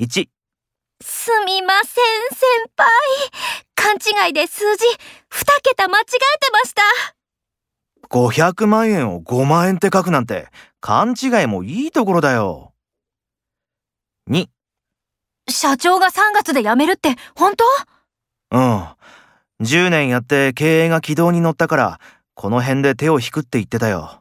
1すみません、先輩。勘違いで数字、二桁間違えてました。 500万円を5万円って書くなんて勘違いもいいところだよ2社長が3月で辞めるって、本当うん10年やって経営が軌道に乗ったからこの辺で手を引くって言ってたよ